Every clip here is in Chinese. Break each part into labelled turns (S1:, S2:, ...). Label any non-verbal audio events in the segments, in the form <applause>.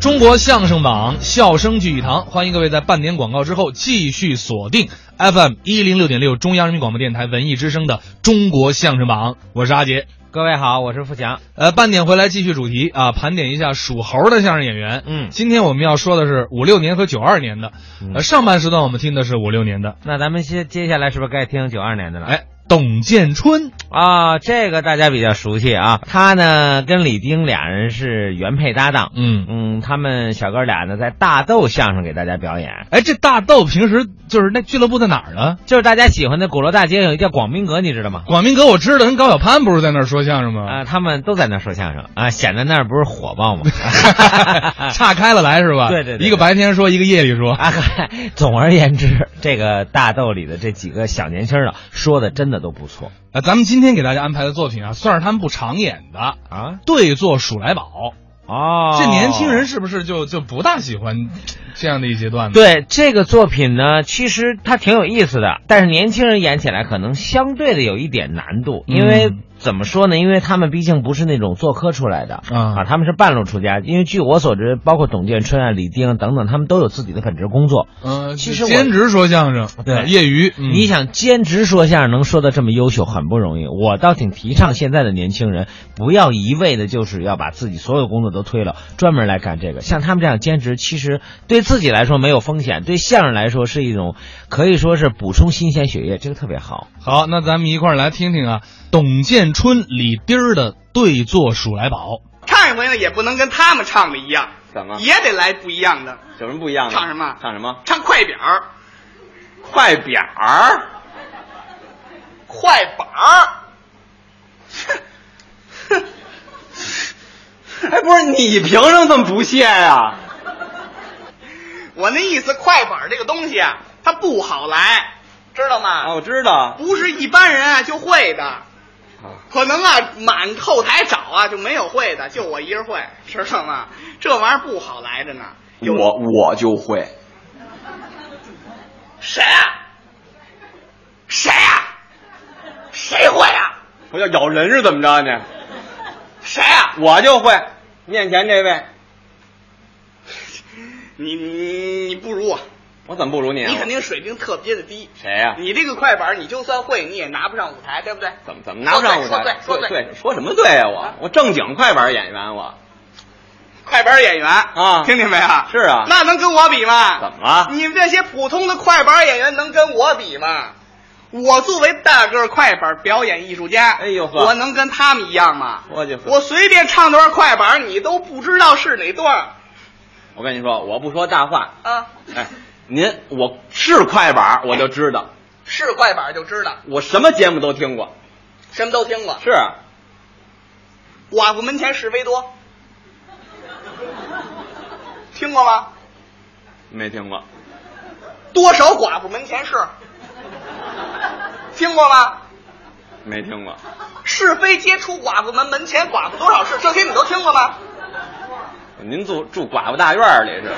S1: 中国相声榜，笑声聚一堂，欢迎各位在半年广告之后继续锁定 FM 一零六点六中央人民广播电台文艺之声的《中国相声榜》，我是阿杰。
S2: 各位好，我是付强。
S1: 呃，半点回来继续主题啊，盘点一下属猴的相声演员。
S2: 嗯
S1: 今天我们要说的是五六年和九二年的，呃，
S2: 嗯
S1: 上半时段我们听的是五六年的，
S2: 那咱们先接下来是不是该听九二年的了？
S1: 哎，董建春，
S2: 啊、这个大家比较熟悉啊。他呢跟李丁俩人是原配搭档，
S1: 嗯，
S2: 嗯，他们小哥俩呢在大豆相声给大家表演，
S1: 哎，这大豆平时就是那俱乐部在哪儿呢？
S2: 就是大家喜欢的鼓楼大街有一叫广宾阁，你知道吗？
S1: 广明哥我知道，跟高晓攀不是在那儿说相声吗？
S2: 啊、他们都在那说相声啊，显得那儿不是火
S1: <laughs>
S2: 爆吗？ <laughs>
S1: 岔开了来是吧？
S2: 对对对
S1: 一个白天说，一个夜里说。
S2: 啊，嗨总而言之，这个大豆里的这几个小年轻儿啊，说的真的都不错
S1: 啊，咱们今天给大家安排的作品啊，算是他们不常演的。
S2: 啊。
S1: 对坐数来宝，
S2: 哦，
S1: 这年轻人是不是就就不大喜欢这样的一些段子？
S2: 对这个作品呢，其实它挺有意思的，但是年轻人演起来可能相对的有一点难度，因为、
S1: 嗯
S2: 怎么说呢？因为他们毕竟不是那种做科出来的。
S1: 啊
S2: 啊，他们是半路出家，因为据我所知，包括董建春啊、李丁等等，他们都有自己的本职工作。
S1: 嗯、
S2: 其实我
S1: 兼职说相声，
S2: 对
S1: 业余，嗯
S2: 你想兼职说相声能说的这么优秀，很不容易。我倒挺提倡现在的年轻人，不要一味的就是要把自己所有工作都推了，专门来干这个。像他们这样兼职，其实对自己来说没有风险，对相声来说是一种可以说是补充新鲜血液，这个特别好。
S1: 好，那咱们一块儿来听听啊，董建春、李丁儿的对坐数来宝。
S3: 唱什么呀？也不能跟他们唱的一样，
S4: 怎么
S3: 也得来不一样的。
S4: 有什么不一样的？
S3: 唱什么
S4: 唱什么？
S3: 唱快板儿，
S4: 快表儿，
S3: 快板儿。哼
S4: 哎，不是你凭什么这么不屑呀、
S3: 我那意思，快板儿这个东西啊，它不好来，知道
S4: 啊？
S3: 吗？
S4: 我知道，
S3: 不是一般人啊就会的
S4: 啊。
S3: 可能啊，满后台找啊就没有会的，就我一人会，知道吗？这玩意儿不好来着呢。有
S4: 我我就会，
S3: 谁啊？谁啊？谁会啊？
S4: 我要咬人是怎么着呢？
S3: 谁啊？
S4: 我就会，面前这位，
S3: <laughs> 你你你不如我。
S4: 我怎么不如你啊？
S3: 你肯定水平特别的低。
S4: 谁呀、
S3: 你这个快板儿，你就算会，你也拿不上舞台，对不对？
S4: 怎么怎么拿不上舞
S3: 说对
S4: 台？
S3: 说对说对
S4: 对，说什么对呀、我我正经快板演员我，
S3: 快板儿演员
S4: 啊
S3: 听见没啊？
S4: 是啊
S3: 那能跟我比吗？
S4: 怎么了
S3: 你们这些普通的快板儿演员能跟我比吗？我作为大个儿快板儿表演艺术家，
S4: 哎呦呵哎
S3: 我能跟他们一样吗？
S4: 我就会
S3: 我随便唱段快板儿，你都不知道是哪段儿
S4: 我跟你说，我不说大话，
S3: 啊？
S4: 哎，您我是快板我就知道，
S3: 是快板儿就知道，
S4: 我什么节目都听过，
S3: 什么都听过。
S4: 是啊
S3: 寡妇门前是非多，听过吗？
S4: 没听过，
S3: 多少寡妇门前事，听过吗？
S4: 没听过。
S3: 是非皆出寡妇门，门前寡妇多少事，这些你都听过吗？
S4: 您住住寡妇大院儿里是？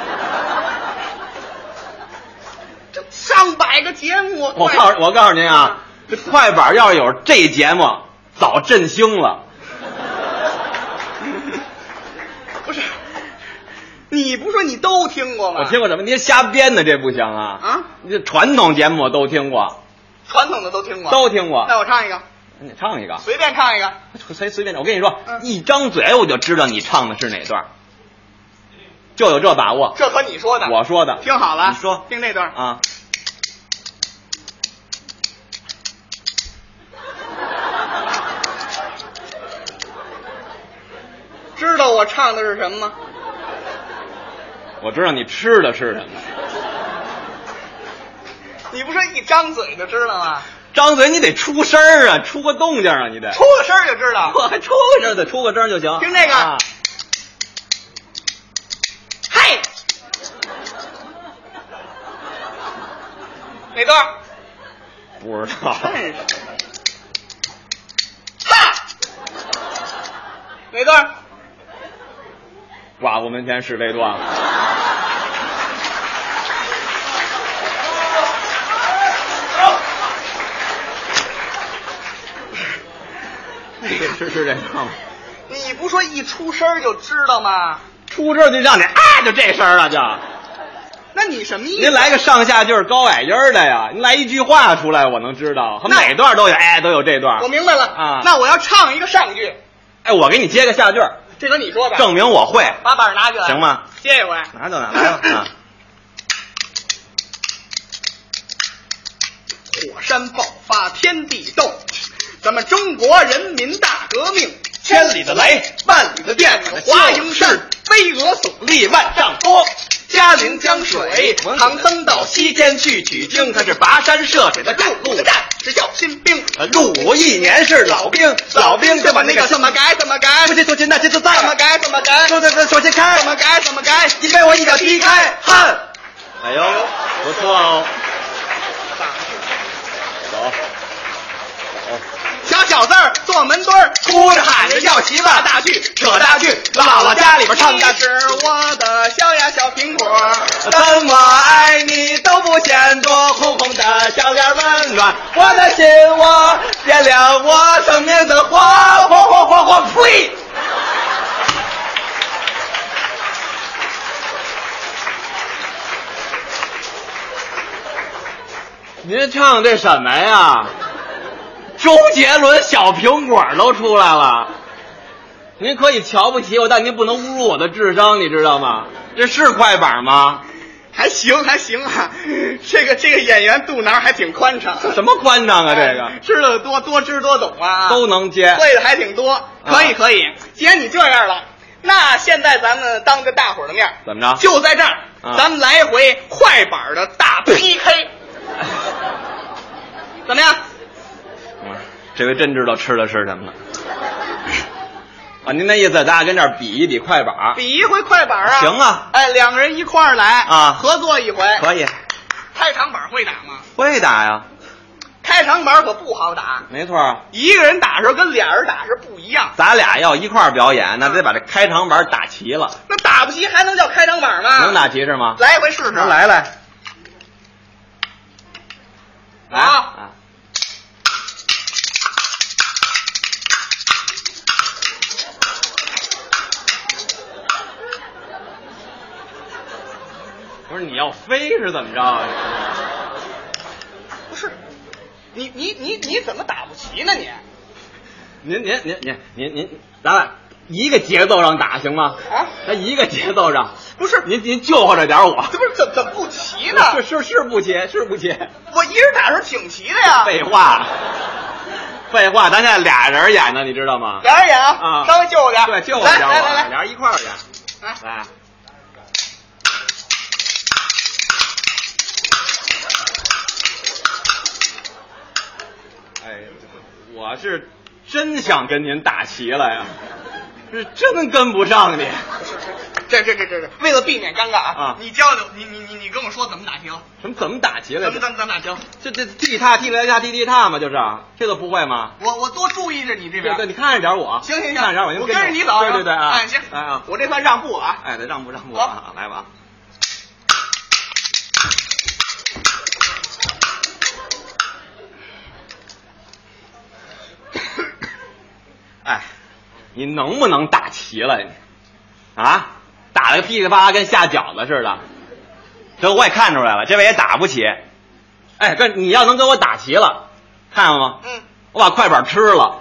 S3: 这上百个节目，
S4: 我
S3: 快
S4: 告诉我告诉您啊，这快板要是有这节目，早振兴了。
S3: 不是，你不说你都听过吗？
S4: 我听过什么？您瞎编的这不行啊！
S3: 啊，
S4: 这传统节目我都听过，
S3: 传统的都听过，
S4: 都听过
S3: 那。我唱一个，
S4: 你唱一个，
S3: 随便唱一个，
S4: 随随便我跟你说，
S3: 嗯
S4: 一张嘴我就知道你唱的是哪段，就有这把握。
S3: 这可你说的，
S4: 我说的，
S3: 听好了，
S4: 你说
S3: 听这段，
S4: 啊，
S3: 知道我唱的是什么吗？
S4: 我知道你吃的是什么。
S3: 你不是一张嘴就知道吗？
S4: 张嘴你得出声儿啊，出个动静啊，你得。
S3: 出个声儿就知道。
S4: 我还出个声儿，得出个声儿就行。
S3: 听这个
S4: 啊
S3: 嗨，哪段儿？
S4: 不知道，
S3: 真是。哈，哪段儿？
S4: 寡妇门前是非多。 <laughs> 是是这样吗？
S3: 你不说一出声儿就知道吗？
S4: 出之后就让你啊，就这声儿了就。
S3: 那你什么意
S4: 您
S3: 思？
S4: 来个上下句儿高矮音儿的呀，您来一句话出来，我能知道。
S3: 那
S4: 哪段都有，哎，都有这段
S3: 我。明白了
S4: 啊
S3: 那我要唱一个上句，
S4: 哎，我给你接个下句儿，
S3: 这都你说吧。
S4: 证明我会。
S3: 把板儿拿起来，
S4: 行吗？
S3: 接一回。
S4: 拿就拿，来吧啊！
S3: 火山爆发，天地动，咱们中国人民大革命，
S4: 千里的雷，
S3: 万里的电，华营市飞蛾耸立万丈高。嘉陵江水，唐僧到西天去取经，他是跋山涉水的赶路战，是小新兵。
S4: 入伍一年是老兵，老兵就把那个
S3: 怎么改怎么改，
S4: 不去做去那些都在
S3: 怎么改怎么改，
S4: 说的说先开
S3: 怎，么改怎么改，
S4: 你被我一脚踢开，汗！哎呦，不错哦，走。
S3: 小小字儿坐门墩儿，哭着喊着要媳妇儿，大锯扯大锯，姥姥家里边唱的是我的小呀小苹果，
S4: 怎么爱你都不嫌多，红红的小脸温暖我的心窝，点亮我生命的火，火火火火，呸！您唱这什么呀？周杰伦《小苹果》都出来了。您可以瞧不起我，但您不能侮辱我的智商，你知道吗？这是快板吗？
S3: 还行还行啊，这个这个演员肚囊还挺宽敞，
S4: 什么宽敞啊？这个
S3: 知道的多，多知多懂啊，
S4: 都啊能接。
S3: 会的还挺多，可以可以。既然你这样了，那现在咱们当着大伙儿的面儿，
S4: 怎么着
S3: 就在这儿，
S4: 啊
S3: 咱们来一回快板儿的大
S4: <laughs>
S3: PK，怎么样？
S4: 嗯这回真知道吃的是什么了。 <laughs> 啊，您那意思，咱俩跟这儿比一比快板儿，
S3: 比一回快板儿啊？
S4: 行啊
S3: 哎，两个人一块儿来
S4: 啊
S3: 合作一回。
S4: 可以？
S3: 开场板儿会打吗？
S4: 会打呀，
S3: 开场板儿可不好打，
S4: 没错儿。
S3: 一个人打的时候跟俩人打是不一样。
S4: 咱俩要一块儿表演，那得把这开场板儿打齐了，
S3: 那打不齐还能叫开场板儿吗？
S4: 能打齐是吗？
S3: 来一回试试。
S4: 能来来。来
S3: 啊！
S4: 不是你要飞是怎么着啊？
S3: 不是，你你你你怎么打不齐呢你？
S4: 您您您您您您，咱俩一个节奏上打行吗？
S3: 啊
S4: 咱一个节奏上，
S3: 不是
S4: 您您救活着点我。
S3: 这不是怎怎么不齐
S4: <laughs>
S3: 呢？
S4: 是是是不接是不接，
S3: 我一人打的时候挺齐的呀。
S4: 废话，废话，咱现在俩人演呢，你知道吗？
S3: 俩人演
S4: 啊
S3: 稍微啊救我点，
S4: 对，救活
S3: 来
S4: 着点
S3: 来
S4: 我，
S3: 来来
S4: 俩人一块儿演，
S3: 来，
S4: 来。哎，我是真想跟您打齐了呀，是真跟不上你。
S3: 这这这这这，为了避免尴尬啊，
S4: 啊
S3: 你教教你你你你跟我说怎么打球，
S4: 什么怎么打齐了
S3: 怎么？怎么怎么打球，
S4: 这这踢踏踢来踏踢踢踏嘛，就是啊这都不会吗？
S3: 我我多注意着你这
S4: 对
S3: 边。
S4: 对，你看着点我，
S3: 行行行，
S4: 看着点我，您
S3: 我跟着你走。
S4: 对对对啊，
S3: 哎行，
S4: 来啊，
S3: 我这算让步啊。
S4: 哎，得让步让步啊，来吧。 <coughs> 哎，你能不能打齐了你？啊，打的噼里啪啦跟下饺子似的。这我也看出来了，这位也打不起。哎，哥，你要能跟我打齐了，看见吗？
S3: 嗯，
S4: 我把快板吃了。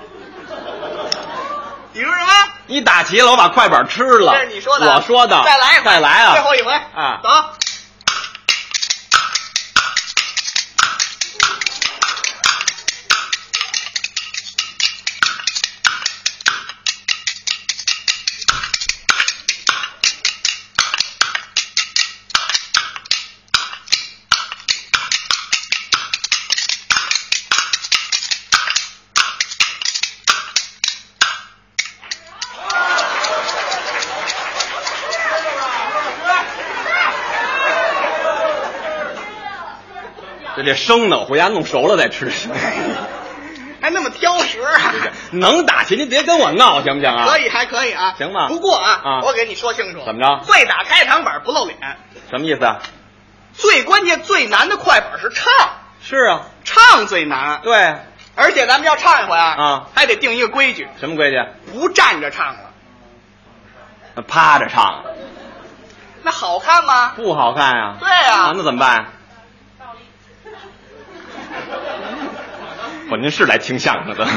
S3: 你说什么？
S4: 你打齐了，我把快板吃了。
S3: 这是你说的，
S4: 我说的。
S3: 再来一回，
S4: 再来啊！
S3: 最后一回
S4: 啊
S3: 走。
S4: 这这生的，我回家弄熟了再吃。 <laughs>
S3: 还那么挑食啊？
S4: 能打齐，您别跟我闹，行不行啊？
S3: 可。以，还可以啊，
S4: 行吧
S3: 不过啊，
S4: 啊
S3: 我给你说清楚，
S4: 怎么着
S3: 会打开场板不露脸，
S4: 什么意思啊？
S3: 最关键最难的快板是唱，
S4: 是啊，
S3: 唱最难。
S4: 对，
S3: 而且咱们要唱一回啊，
S4: 啊
S3: 还得定一个规矩，
S4: 什么规矩？
S3: 不站着唱了，
S4: 趴着唱，
S3: 好看吗？
S4: 不好看啊。
S3: 对啊
S4: 啊那怎么办？我您是来听相声的，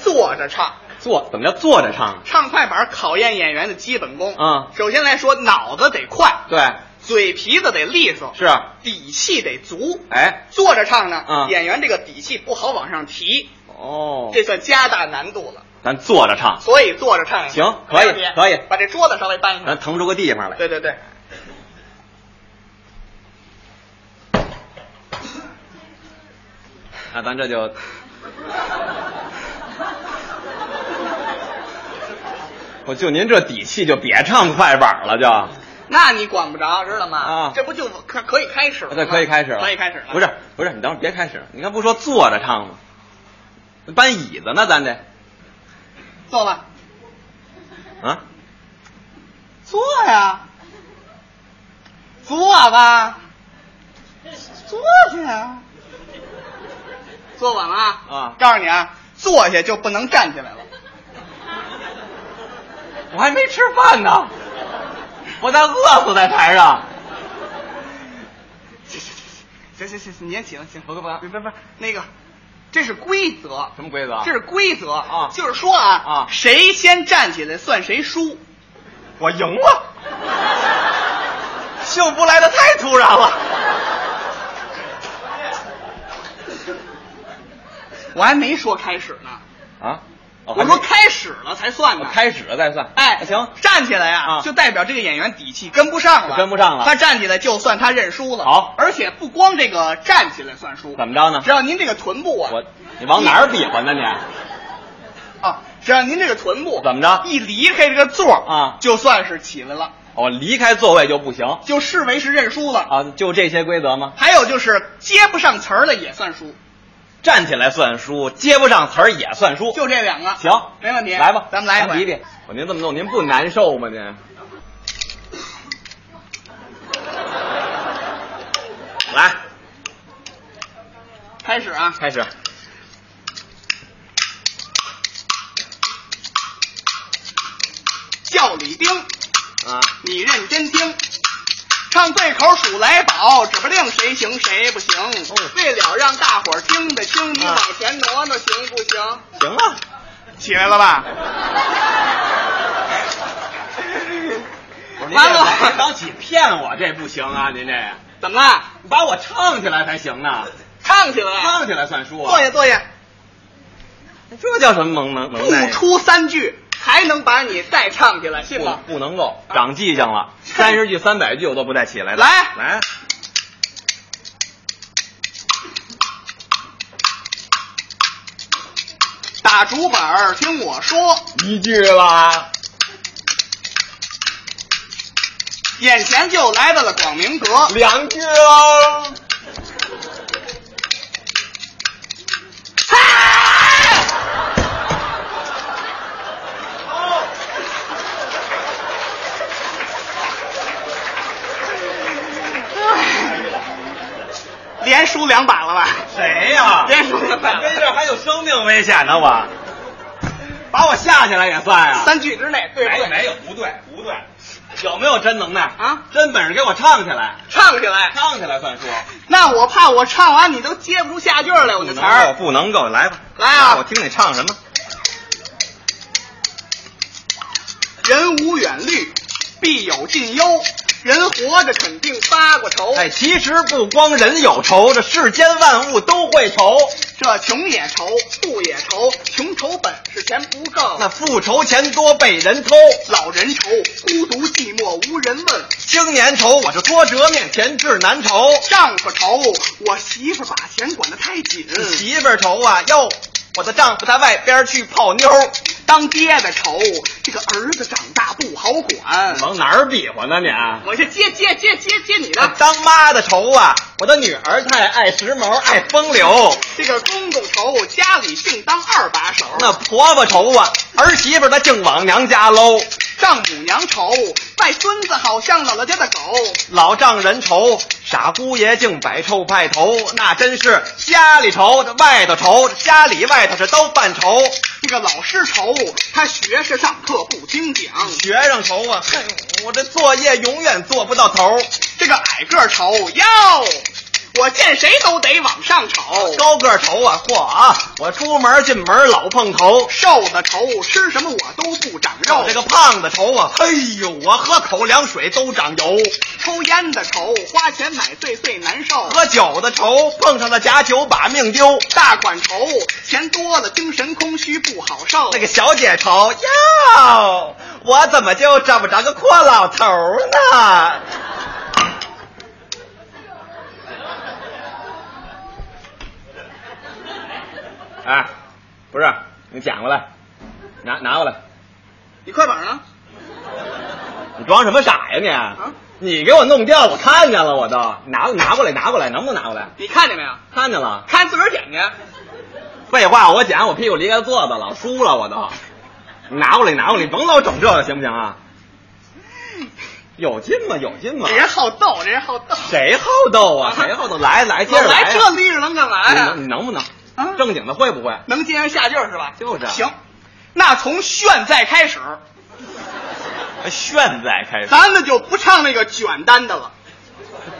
S3: 坐着唱，
S4: 坐怎么叫坐着唱啊？
S3: 唱快板考验演员的基本功。
S4: 嗯
S3: 首先来说，脑子得快，
S4: 对，
S3: 嘴皮子得利索，
S4: 是，啊
S3: 底气得足。
S4: 哎，
S3: 坐着唱呢，
S4: 嗯
S3: 演员这个底气不好往上提，
S4: 哦，
S3: 这算加大难度了。
S4: 咱坐着唱，
S3: 所以坐着唱
S4: 行可
S3: 没
S4: 以
S3: 问题
S4: 可以嗯
S3: 把这桌子稍微搬一
S4: 咱
S3: 搬。
S4: 腾出个地方来。
S3: 对对对，
S4: <laughs> 那咱这就，我就您这底气，就别唱快板了，就
S3: 那你管不着，知道吗？
S4: 啊
S3: 这不就可可以开始了吗？
S4: 这可以开始了，
S3: 可以开始了。
S4: 不是不是，你等会儿别开始了，你刚不说坐着唱吗？搬椅子呢，咱得
S3: 坐吧，
S4: 啊，
S3: 坐呀，坐吧，坐下呀。坐稳了
S4: 啊
S3: 告诉你啊，坐下就不能站起来了。
S4: 我还没吃饭呢，我再饿死在台上。
S3: 行行行行，您行行，
S4: 不不不
S3: 别别别，那个，这是规则，
S4: 什么规则？
S3: 这是规则
S4: 啊
S3: 啊就是说啊
S4: 啊
S3: 谁先站起来算谁输。
S4: 我赢了，幸福来的太突然了。
S3: 我还没说开始呢，
S4: 啊，哦
S3: 我说开始了才算
S4: 我
S3: 呢。
S4: 开始了再算。
S3: 哎，
S4: 行，
S3: 站起来呀、
S4: 啊
S3: 就代表这个演员底气跟不上了，
S4: 跟不上了
S3: 他站起来就算他认输了。
S4: 好
S3: 而且不光这个站起来算输，
S4: 怎么着呢
S3: 只？要您这个臀部啊，
S4: 我，你往哪儿比划呢你？
S3: 啊，只要您这个臀部啊
S4: 怎么着
S3: 一离开这个座儿
S4: 啊
S3: 就算是起来了，
S4: 我离开座位就不行
S3: 就视为是认输了。
S4: 啊？就这些规则吗？
S3: 还有就是接不上词儿了也算输，
S4: 站起来算输，接不上词儿也算输。
S3: 就这两个。
S4: 行，
S3: 没问题，
S4: 来吧，
S3: 咱们来一回
S4: 比比。我您这么弄，您不难受吗？您。来，
S3: 开始啊！
S4: 开始。
S3: 叫李丁，
S4: 啊，
S3: 你认真听，唱对口数来宝，指不定谁行谁不行。为了让大伙儿听得清，你
S4: 哦啊
S3: 往前挪挪行不行？
S4: 行啊了，
S3: 起来了吧？
S4: 我说您
S3: 完了
S4: 这来当起骗我这不行啊！您这
S3: 怎么了？
S4: 把我唱起来才行呢，
S3: 唱起来了！
S4: 唱起来算输啊
S3: 坐！下坐下，
S4: 这叫什么能能能
S3: 不
S4: 耐呀？
S3: 出三句还能把你再唱起来，信吗？
S4: 不不能够长记性了，三十句、三百句我都不带起来的。
S3: 来
S4: 啊来，
S3: 打竹板儿，听我说，
S4: 一句吧。
S3: 眼前就来到了广明阁。
S4: 两句喽。
S3: 连输两把了吧？
S4: 谁呀
S3: 别说了
S4: 跟这儿还有生命危险呢，我把我吓起来也算呀？
S3: 三句之内，对不
S4: 没
S3: 对？
S4: 有没有，不对不对，有没有真能耐
S3: 啊？
S4: 真本事给我唱起来，
S3: 唱起来。
S4: 唱起来算数。
S3: 那我怕我唱完你都接不住下句儿来，我这词
S4: 我
S3: 儿。
S4: 不能够，来吧，
S3: 来啊
S4: 我听你唱什么？
S3: 人无远虑，必有近忧。人活着肯定发过愁，
S4: 哎，其实不光人有仇，这世间万物都会愁。
S3: 这穷也愁，富也愁，穷愁本是钱不够，
S4: 那复仇钱多被人偷，
S3: 老人愁，孤独寂寞无人问，
S4: 青年愁我是拖折面前志难愁，
S3: 丈夫愁，我媳妇把钱管得太紧，
S4: 媳妇儿愁啊哟，我的丈夫在外边去泡妞，
S3: 当爹的愁，这个儿子长大不好管。
S4: 往哪儿比划呢你、啊？
S3: 我先接接接接接嗯你的。
S4: 当妈的愁啊，我的女儿太爱时髦爱风流，
S3: 这个公公愁，家里净当二把手；
S4: 那婆婆愁啊，儿媳妇儿她净往娘家搂，
S3: 丈母娘愁，外孙子好像姥姥家的狗。
S4: 老丈人愁，傻姑爷净摆臭派头，那真是家里愁，这外头愁，家里外头是都犯愁。
S3: 这个老师愁，他学生上课不听讲；
S4: 学生愁啊，嘿
S3: 我这作业永远做不到头。这个矮个儿丑哟，我见谁都得往上瞅。
S4: 高个头啊，嚯啊！我出门进门老碰头。
S3: 瘦子丑，吃什么我都不长肉。
S4: 我这个胖子头啊，哎呦，我喝口凉水都长油。
S3: 抽烟的愁，花钱买醉最难受。
S4: 喝酒的愁，碰上了假酒把命丢。
S3: 大款愁，钱多了精神空虚不好受。
S4: 那个小姐愁，哟，我怎么就找不着个阔老头儿呢？哎，不是，你捡过来，拿拿过来，
S3: 你快板呢？
S4: 你装什么傻呀你？你给我弄掉，我看见了，我都拿拿过来，拿过来，能不能拿过来？
S3: 你看见没有？
S4: 看见了。
S3: 看自个儿捡去。
S4: 废话，我捡，我屁股离开座子了，输了我都。你拿过来，拿过来，你甭老整这个，行不行啊？有劲吗？有劲吗
S3: 这？人好斗，这人好斗。
S4: 谁好斗啊？谁好斗？来来，接
S3: 我
S4: 着
S3: 来
S4: 呀
S3: 这地方能干嘛
S4: 你
S3: 呀
S4: 能？你能不能
S3: 啊
S4: 正经的会不会？
S3: 能接上下句儿是吧？啊
S4: 就是
S3: 行，那从现在开始，
S4: 现在开
S3: 咱们就不唱那个卷单的了，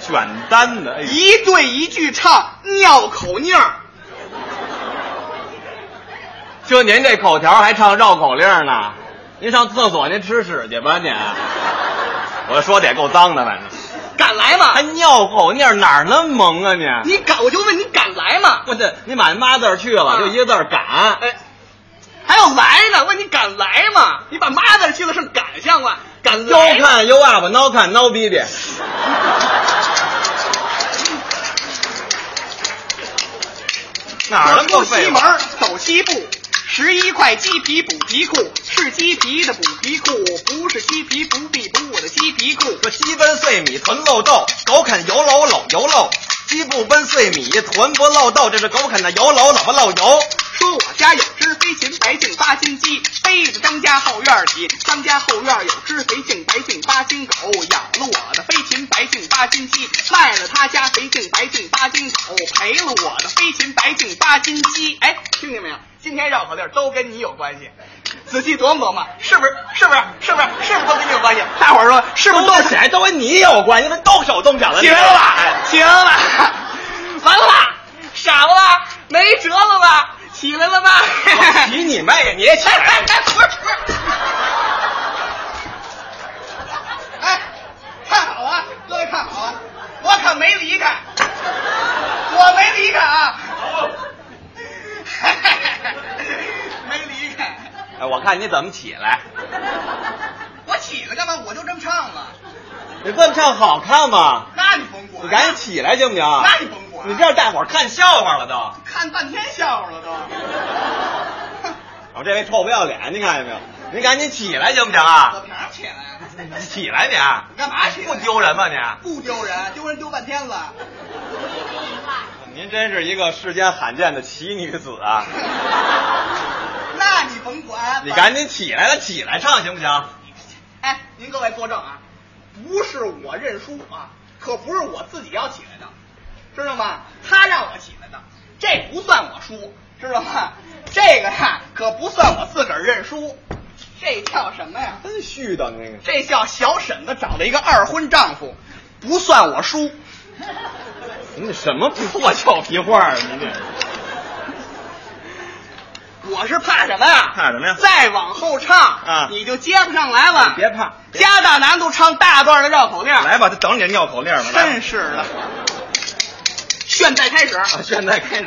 S4: 卷单的，哎呦
S3: 一对一句唱绕口令儿。
S4: 就您这口条还唱绕口令呢？您上厕所您吃屎去吧您！我说的也够脏的，反正
S3: 敢来吗
S4: 还？尿口尿哪儿那么萌啊你？
S3: 你敢，我就问你敢来吗？
S4: 我这你满妈字儿去了，
S3: 啊
S4: 就一个字儿敢，
S3: 哎，还有来呢？问你敢来吗？你把妈字去了是敢像话？敢
S4: 又
S3: 来吗？
S4: 看又啊吧，挠看挠逼逼。哪儿那么
S3: 出
S4: 多
S3: 西
S4: 废
S3: 门
S4: 话？
S3: 儿走西步，十一块鸡皮补皮裤，是鸡皮的补皮裤，不是鸡皮不必补我的鸡皮裤。
S4: 这鸡奔碎米臀漏豆，狗啃油篓篓油漏。鸡不奔碎米，臀不漏豆，这是狗啃的油篓篓不漏油。
S3: 说我家有只飞禽白净八斤鸡，飞到张家后院里。张家后院有只肥净白净八斤狗，养了我的飞禽白净八斤鸡，卖了他家肥净白净八斤狗，赔了我的飞禽白净八斤鸡。哎，听见没有？今天绕口令都跟你有关系，仔细琢磨琢磨，是不是？是不是？是不是？是不是都跟你有关系？大伙儿说是不是都
S4: 都起来都跟你有关系，那动手动脚的。
S3: 行了哎吧，行了吧，完了吧，傻了吧，没辙了吧，哦起来了吧。
S4: 我骑你妹呀！你也起
S3: 哎哎 <laughs>
S4: 来！
S3: 哎，不是不是。哎，看好啊，各位看好啊，我可没离开，我没离开啊。没离开，
S4: 哎，我看你怎么起来？
S3: 我起来干嘛？我就这么唱嘛。
S4: 你这么唱好看吗？
S3: 那你甭管，
S4: 你赶紧起来行不行？那
S3: 那你甭管
S4: 你这让大伙儿看笑话了都。
S3: 看半天笑话了都。
S4: 我这位臭不要脸，您看见没有？您赶紧起来行不行啊？
S3: 我哪儿起来啊？
S4: 你起来你，
S3: 干嘛起来
S4: 不丢人吗你？啊
S3: 不丢人，丢人丢半天了。
S4: 您真是一个世间罕见的奇女子啊！
S3: 那你甭管，
S4: 你赶紧起来了，起来唱行不行？
S3: 哎，您各位作证啊，不是我认输啊，可不是我自己要起来的，知道吗？他让我起来的，这不算我输，知道吗？这个呀，可不算我自个儿认输，这叫什么呀？
S4: 真絮叨那个。
S3: 这叫小婶子找了一个二婚丈夫，不算我输。
S4: 你什么破俏皮话啊！你这
S3: 我是怕什么呀？
S4: 怕什么呀
S3: 再往后唱
S4: 啊
S3: 你就接不上来了。
S4: 别怕别
S3: 加大难度唱大段的绕口令。
S4: 来吧，就等着你绕口令呢。来
S3: 真是的。现在开始，
S4: 啊，现在开始。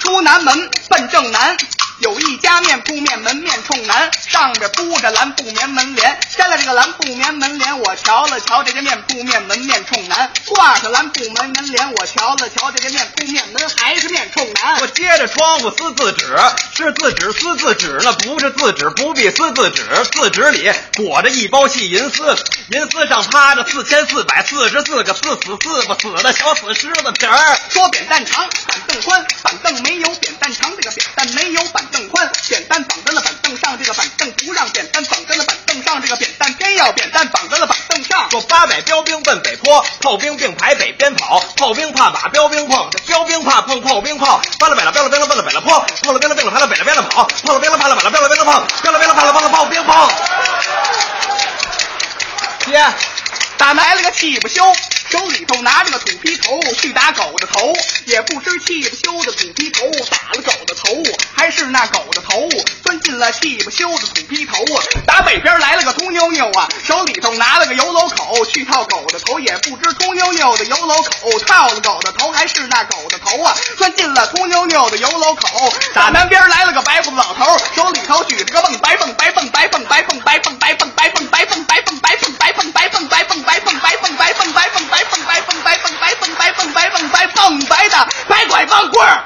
S3: 出南门奔正南，有一家面铺面门面冲南，上边铺着蓝布棉门帘，掀了这个蓝布棉门帘，我瞧了瞧这个面铺面门面冲南，挂上蓝布门门帘，我瞧了瞧这个面铺面门还是面冲南
S4: <laughs> 我。接着窗户撕字纸，是字纸撕字纸，那不是字纸不必撕字纸，字纸里裹着一包细银丝，银丝上趴着四千四百四十四个四死四吧死的小死狮子皮儿。
S3: 说扁担长，板凳宽，板凳没有扁担长，这个扁担没有板凳宽，扁担绑在了板凳上，这个板凳不让扁担绑在了板凳上，这个扁担偏要扁担绑在了板凳上。
S4: 说八百标兵奔北坡，炮兵并排北边跑，炮兵怕把标兵碰，标兵怕碰炮兵炮。巴拉北了标了兵了奔了北了坡，炮了兵了并了排了北了边了跑，炮了兵了怕了把了标了兵了碰，标了兵了怕了碰了炮兵碰。
S3: 打埋了个气不休，手里头拿着个土坯头去打狗的头，也不知气不休的土坯头打了狗的头，还是那狗的头钻进了气不休的土坯头啊！打北边来了个秃妞妞啊，手里头拿了个油篓口去套狗的头，也不知秃妞妞的油篓口套了狗的头，还是那狗的头啊，钻进了秃妞妞的油篓口。打南边来了个白胡子老头，手里头举着个蹦白蹦白蹦白蹦白蹦白蹦白蹦白蹦白蹦白蹦白蹦白蹦白蹦白蹦白蹦白蹦白蹦白蹦白蹦白蹦白蹦白蹦白蹦白蹦白蹦白的白拐棒棍儿。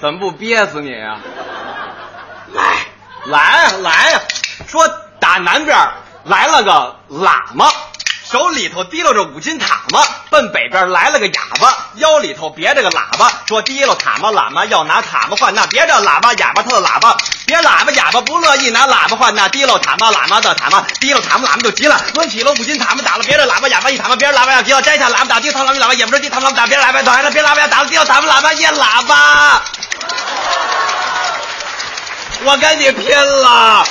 S4: 怎么不憋死你啊？来来来呀！说打南边儿来了个喇嘛，手里头提溜着五斤塔嘛，奔北边来了个哑巴，腰里头别着个喇叭，说提溜塔嘛喇嘛要拿塔嘛换那别着喇叭哑巴他的喇叭，别喇叭哑巴不乐意拿喇叭换那提溜塔嘛喇嘛的塔嘛，提溜塔嘛喇嘛就急了，抡起了五斤塔嘛打了别着喇叭哑巴一塔嘛，别人喇叭要急了摘下喇叭打提溜塔嘛喇叭也不是提塔嘛打别人喇叭打还是别人喇叭打了提溜塔嘛喇叭也喇叭。我跟你拼了！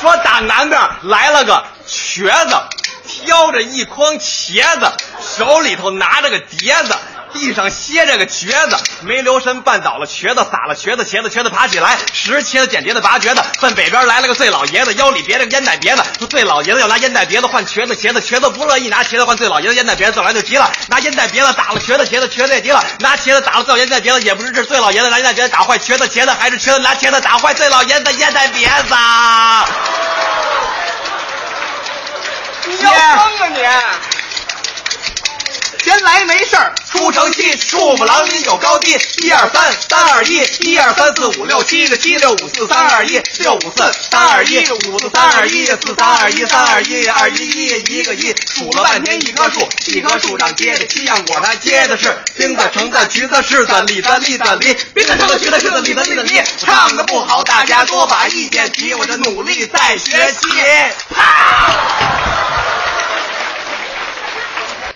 S4: 说打南边来了个瘸子，挑着一筐茄子，手里头拿着个碟子，地上歇着个瘸子，没留神绊倒了瘸子，撒了瘸子，茄子瘸子爬起来，拾茄子捡碟子拔瘸子。奔北边来了个醉老爷子，腰里别着个烟袋碟子，说醉老爷子要拿烟袋碟子换瘸子茄子，瘸子不乐意拿茄子换醉老爷子烟袋碟子，醉老爷子急了，拿烟袋碟子打了瘸子茄子，瘸子也急了，拿茄子打了醉老爷子碟子，也不是治醉老爷子拿烟袋碟子打坏瘸子茄子，还是瘸子拿茄子打坏醉老爷子的烟袋碟子。
S3: 你要疯啊你！闲来没事儿，
S4: 出城西，树木狼心有高低，一二三，三二一，一二三四五六七个七，六五四三二一，六五四三二一，五四三二一，四三二一，三二一，二一一，一个一，数了半天一棵树，一棵树上结着七样果，它结的是冰的、橙的、橘子、柿子、李子、栗子、梨，冰的、橙的、橘子、柿子、李子、栗子、梨。唱的不好，大家多把意见提，我这努力在学习。啪！